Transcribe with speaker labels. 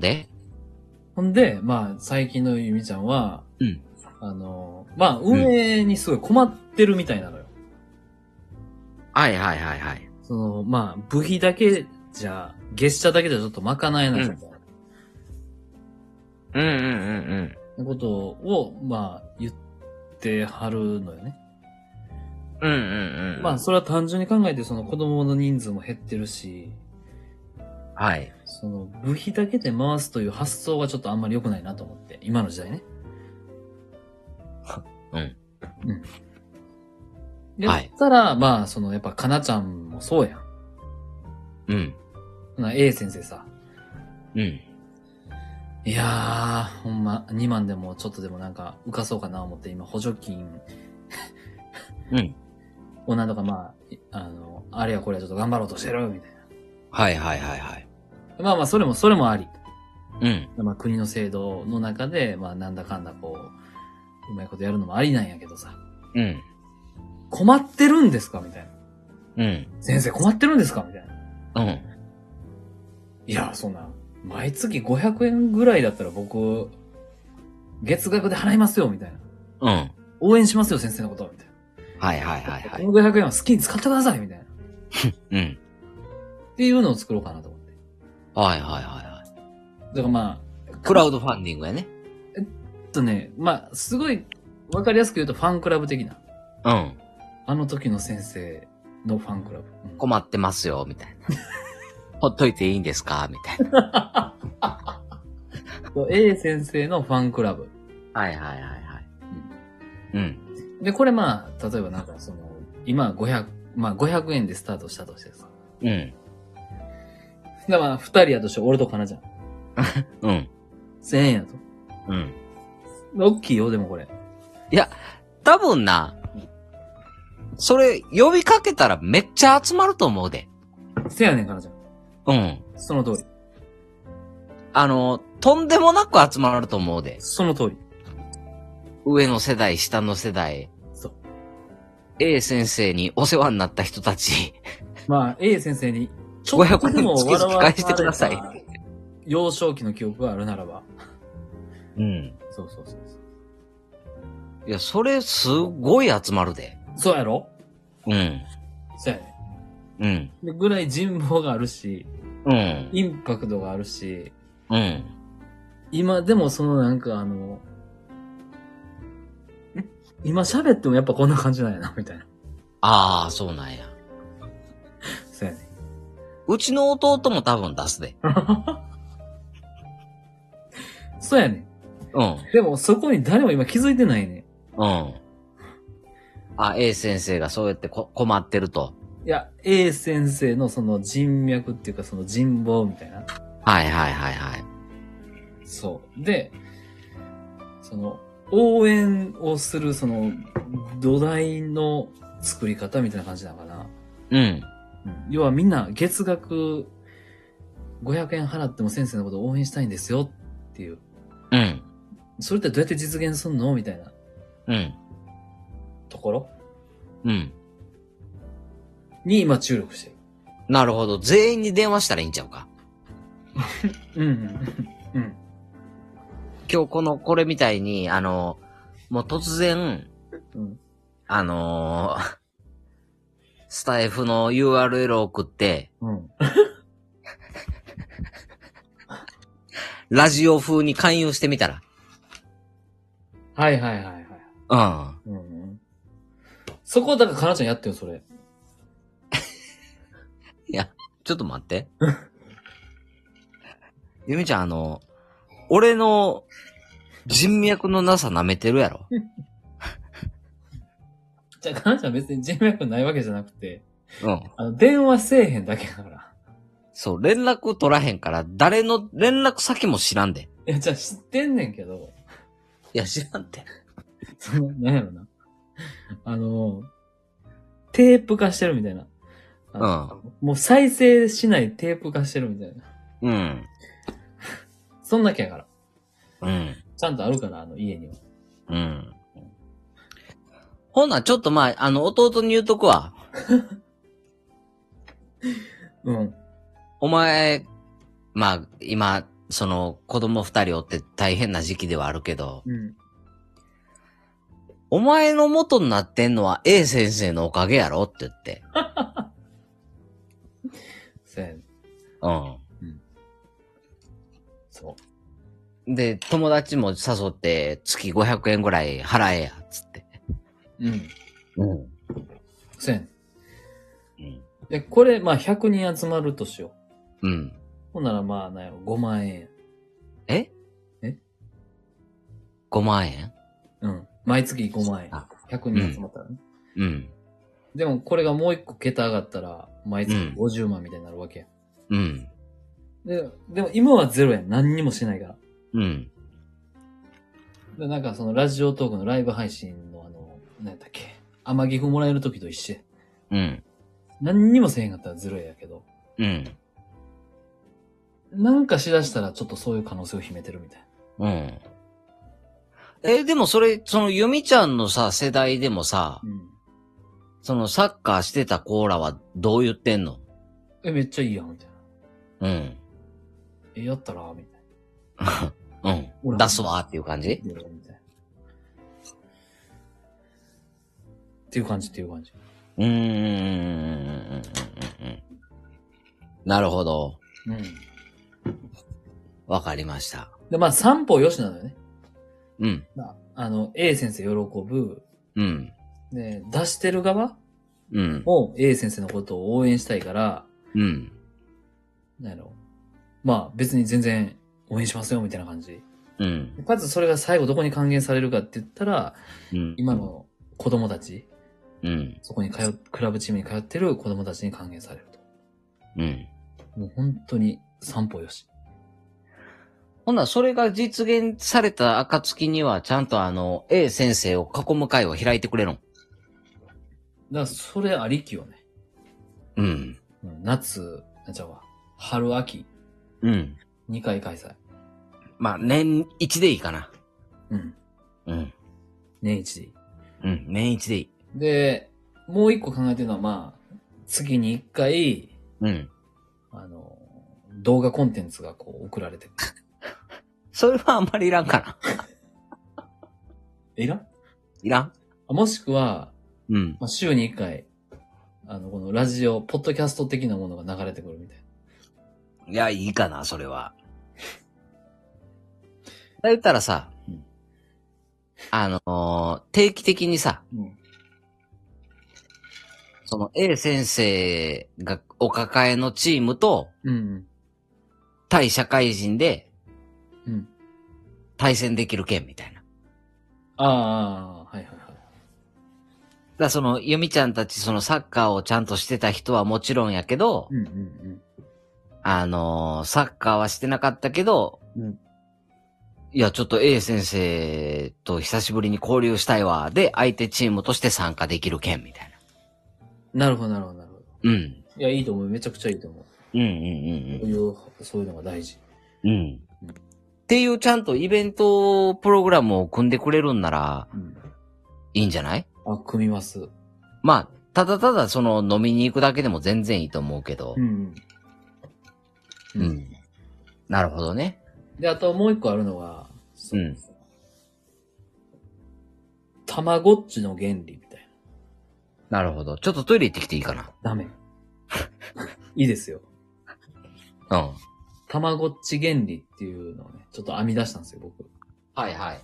Speaker 1: で
Speaker 2: ほんで、まあ、最近のゆみちゃんは、
Speaker 1: うん
Speaker 2: あの、まあ、運営にすごい困ってるみたいなのよ。
Speaker 1: はいはいはいはい。
Speaker 2: その、まあ、部費だけじゃ、月謝だけじゃちょっと賄えないみたい
Speaker 1: うんうんうん
Speaker 2: なことを、まあ、言ってはるのよね。
Speaker 1: うん。うんうんうん。
Speaker 2: まあ、それは単純に考えて、その子供の人数も減ってるし、
Speaker 1: はい。
Speaker 2: その、部費だけで回すという発想がちょっとあんまり良くないなと思って、今の時 代ね。
Speaker 1: うん。
Speaker 2: うん。で、
Speaker 1: はい
Speaker 2: ったら、まあ、その、やっぱ、かなちゃんもそうやん。
Speaker 1: うん。
Speaker 2: な、A 先生さ。
Speaker 1: うん。。
Speaker 2: いやー、ほんま、2万でもちょっとでもなんか、浮かそうかな思って、今、補助金
Speaker 1: うん。
Speaker 2: をなんとか、まあ、いあの、あれやこれやちょっと頑張ろうとしてる、みたい
Speaker 1: はいはいはいはい。
Speaker 2: な。まあまあ、それも、それもあり。
Speaker 1: うん。
Speaker 2: まあ、国の制度の中で、まあ、なんだかんだこう、うまいことやるのもありなんやけどさ、
Speaker 1: うん。
Speaker 2: 困ってるんですかみたいな。
Speaker 1: うん。
Speaker 2: 先生困ってるんですかみたいな。
Speaker 1: うん。
Speaker 2: いや、そんな、毎月500円ぐらいだったら僕、月額で払いますよ、みたいな。
Speaker 1: うん。はい
Speaker 2: 応援しますよ、先生のこと、みたい
Speaker 1: はいはい
Speaker 2: な。
Speaker 1: はい。
Speaker 2: この500円は好きに使ってください、みたいな。っ
Speaker 1: うん。
Speaker 2: ていうのを作ろうかなと思って。
Speaker 1: はいはいはいは
Speaker 2: だからまあ、
Speaker 1: い。クラウドファンディングやね。
Speaker 2: ちょっとね、まあ、すごい、わかりやすく言うとファンクラブ的な。
Speaker 1: うん。
Speaker 2: あの時の先生のファンクラブ。うん
Speaker 1: 困ってますよ、みたいな。 ほっといていいんですかみたいな。
Speaker 2: そう A 先生のファンクラブ。
Speaker 1: はいはいはいはい。うん。
Speaker 2: で、これまあ、例えばなんかその、今500、まあ500円でスタートしたとしてさ。
Speaker 1: うん。
Speaker 2: だから2人やとして俺とかなじゃん。
Speaker 1: うん。
Speaker 2: 1000円やと。
Speaker 1: うん。
Speaker 2: 大きいよ、でもこれ。
Speaker 1: 多分な、それ、呼びかけたらめっちゃ集まると思うで。
Speaker 2: せやねんかなじゃん。
Speaker 1: うん。
Speaker 2: その通り。
Speaker 1: あの、とんでもなく集まると思うで。
Speaker 2: その通り。
Speaker 1: 上の世代、下の世代。
Speaker 2: そう。
Speaker 1: A 先生にお世話になった人たち。
Speaker 2: まあ、A 先生に、ち
Speaker 1: 500円月々返してください
Speaker 2: 笑わされた幼少期の記憶があるならば。
Speaker 1: うん。
Speaker 2: そうそうそうそう。
Speaker 1: いや、それすごい集まるで。
Speaker 2: そうやろ
Speaker 1: うん。
Speaker 2: そうやね
Speaker 1: うん。
Speaker 2: んで。ぐらい人望があるし、
Speaker 1: うん。
Speaker 2: インパクトがあるし、
Speaker 1: うん。
Speaker 2: 今でもそのなんかあの、ん今喋ってもやっぱこんな感じなんやな、みたいな。
Speaker 1: ああ、そうなんや。
Speaker 2: そうやね。
Speaker 1: うちの弟も多分出すで。
Speaker 2: そうやね。
Speaker 1: うん。
Speaker 2: でもそこに誰も今気づいてないね。
Speaker 1: うん。あ、A 先生がそうやってこ困ってると。
Speaker 2: いや、A 先生のその人脈っていうかその人望みたいな。
Speaker 1: はいはいはいはい。
Speaker 2: そう。で、その、応援をするその土台の作り方みたいな感じなのかな。
Speaker 1: うん。
Speaker 2: うん要はみんな月額500円払っても先生のことを応援したいんですよっていう。
Speaker 1: うん。
Speaker 2: それってどうやって実現すんのみたいな
Speaker 1: うん。
Speaker 2: ところ
Speaker 1: うん。
Speaker 2: に今注力して
Speaker 1: なるほど。全員に電話したらいいんちゃうか。
Speaker 2: る。うんうん。うん。
Speaker 1: 今日この、これみたいに、あの、もう突然、
Speaker 2: うん
Speaker 1: あの ースタイフの URL を送って、
Speaker 2: うん。
Speaker 1: ラジオ風に勧誘してみたら。
Speaker 2: はいはいはいはい。
Speaker 1: うん。
Speaker 2: うんうん、そこだからかなちゃんやってよ、それ。
Speaker 1: いや、ちょっと待って。 ゆみちゃん、あの、俺の人脈のなさ舐めてるやろ。
Speaker 2: じゃあかなちゃん別に人脈ないわけじゃなくて、
Speaker 1: うん。
Speaker 2: あの、電話せえへんだけだから。
Speaker 1: そう、連絡取らへんから、誰の連絡先も知らんで。
Speaker 2: いや、じゃあ知ってんねんけど、
Speaker 1: いや、知らんて。
Speaker 2: その、なんやろな。あの、テープ化してるみたいな。あの
Speaker 1: うん。
Speaker 2: もう再生しないテープ化してるみたいな。
Speaker 1: うん。
Speaker 2: そんなけやから。
Speaker 1: うん。
Speaker 2: ちゃんとあるから、あの、家には。
Speaker 1: うん。ほな、ちょっとまあ、あの、弟に言うとくわ。
Speaker 2: うん。
Speaker 1: お前、まあ、今、その、子供二人おって大変な時期ではあるけど、
Speaker 2: うん。
Speaker 1: お前の元になってんのは A 先生のおかげやろって言って。
Speaker 2: そうやね
Speaker 1: うん。
Speaker 2: そ
Speaker 1: で、友達も誘って、月500円ぐらい払えや、つって。
Speaker 2: う。うん。
Speaker 1: うん。
Speaker 2: そうやね
Speaker 1: うん。
Speaker 2: で、これ、まあ、100人集まるとしよう。
Speaker 1: うん。
Speaker 2: ほんなら、まあ、なんやろ、5万円。
Speaker 1: え
Speaker 2: え
Speaker 1: ?5 万円
Speaker 2: うん。毎月5万円
Speaker 1: あ。
Speaker 2: 100人集まったらね。
Speaker 1: うん。
Speaker 2: でも、これがもう一個桁上がったら、毎月
Speaker 1: うん
Speaker 2: 50万みたいになるわけや。
Speaker 1: うん。
Speaker 2: で、でも今はゼロやん。何にもしてないから。
Speaker 1: うん。
Speaker 2: で、なんかそのラジオトークのライブ配信のあの、何やったっけ。甘ギフもらえる時と一緒や
Speaker 1: うん。
Speaker 2: 何にもせえへんかったらゼロやけど。
Speaker 1: うん。
Speaker 2: なんかしだしたらちょっとそういう可能性を秘めてるみたいな。
Speaker 1: うん。え、でもそれ、その、ゆみちゃんのさ、世代でもさ、
Speaker 2: うん。
Speaker 1: そのサッカーしてたコーラはどう言ってんの
Speaker 2: え、めっちゃいいやん、みたいな。
Speaker 1: うん。
Speaker 2: え、やったらみたい
Speaker 1: うん。出すわーっていう感じ
Speaker 2: な。みたいな。っていう感じっていう感じ。
Speaker 1: うーんうんうんうんうんうんうん。なるほど。
Speaker 2: うん。
Speaker 1: わかりました。
Speaker 2: で、まあ、三方よしなのよね。
Speaker 1: うん。
Speaker 2: まああの、A 先生喜ぶ。
Speaker 1: うん。
Speaker 2: で、出してる側
Speaker 1: うん。
Speaker 2: も A 先生のことを応援したいから、
Speaker 1: うん。
Speaker 2: なんやろ。まあ、別に全然応援しますよ、みたいな感じ。
Speaker 1: うん。
Speaker 2: かつ、それが最後どこに還元されるかって言ったら、
Speaker 1: うん。
Speaker 2: 今。の子供たち、
Speaker 1: うん。
Speaker 2: そこに通う、クラブチームに通ってる子供たちに還元される
Speaker 1: うん。
Speaker 2: と。もう本当に三歩よし。
Speaker 1: ほな、それが実現された暁には、ちゃんとあの、A 先生を囲む会を開いてくれるん。
Speaker 2: だから、それありきよね。
Speaker 1: うん。
Speaker 2: うん、夏、なちゃうわ。春、秋、
Speaker 1: うん。
Speaker 2: 2回開催。
Speaker 1: まあ、年一でいいかな。
Speaker 2: うん。
Speaker 1: うん。
Speaker 2: 年一でいい。
Speaker 1: うん。年一でいい。
Speaker 2: で、もう一個考えてるのは、まあ、月に一回、
Speaker 1: うん。
Speaker 2: あの、動画コンテンツがこう送られてくる。
Speaker 1: それはあんまりいらんかな。
Speaker 2: えいらん
Speaker 1: いらん
Speaker 2: あもしくは、
Speaker 1: うん。
Speaker 2: まあ、週に一回、あの、このラジオ、ポッドキャスト的なものが流れてくるみたいな。
Speaker 1: いや、いいかな、それは。だ言ったらさ
Speaker 2: うん、
Speaker 1: あのー定期的にさ、
Speaker 2: うん。
Speaker 1: その A 先生がお抱えのチームと
Speaker 2: うん。
Speaker 1: 対社会人で
Speaker 2: うん。
Speaker 1: 対戦できる件みたいな。だか
Speaker 2: ああ、はいはいはい。
Speaker 1: らその、ゆみちゃんたちそのサッカーをちゃんとしてた人はもちろんやけど、
Speaker 2: うんうん
Speaker 1: あのーサッカーはしてなかったけど、
Speaker 2: うん
Speaker 1: いや、ちょっと A 先生と久しぶりに交流したいわ。で、相手チームとして参加できる件みたいな。
Speaker 2: うん。なるほどなるほどなるほど。
Speaker 1: うん。
Speaker 2: いや、いいと思う。めちゃくちゃいいと思う。
Speaker 1: うんうん
Speaker 2: そういう、そういうのが大事。
Speaker 1: うんうん。うん。っていうちゃんとイベントプログラムを組んでくれるんなら
Speaker 2: うん。
Speaker 1: いいんじゃない
Speaker 2: あ、組みます。う
Speaker 1: まあ、ただただその飲みに行くだけでも全然いいと思うけど。
Speaker 2: ん、う。
Speaker 1: うんん。なるほどね。
Speaker 2: で、あともう一個あるのが、そ
Speaker 1: うん。
Speaker 2: たまごっちの原理みたいな。
Speaker 1: なるほど。ちょっとトイレ行ってきていいかな。
Speaker 2: ダメ。 いいですよ。
Speaker 1: うん。
Speaker 2: たまごっち原理っていうのをね、ちょっと編み出したんですよ、僕。
Speaker 1: はいはい。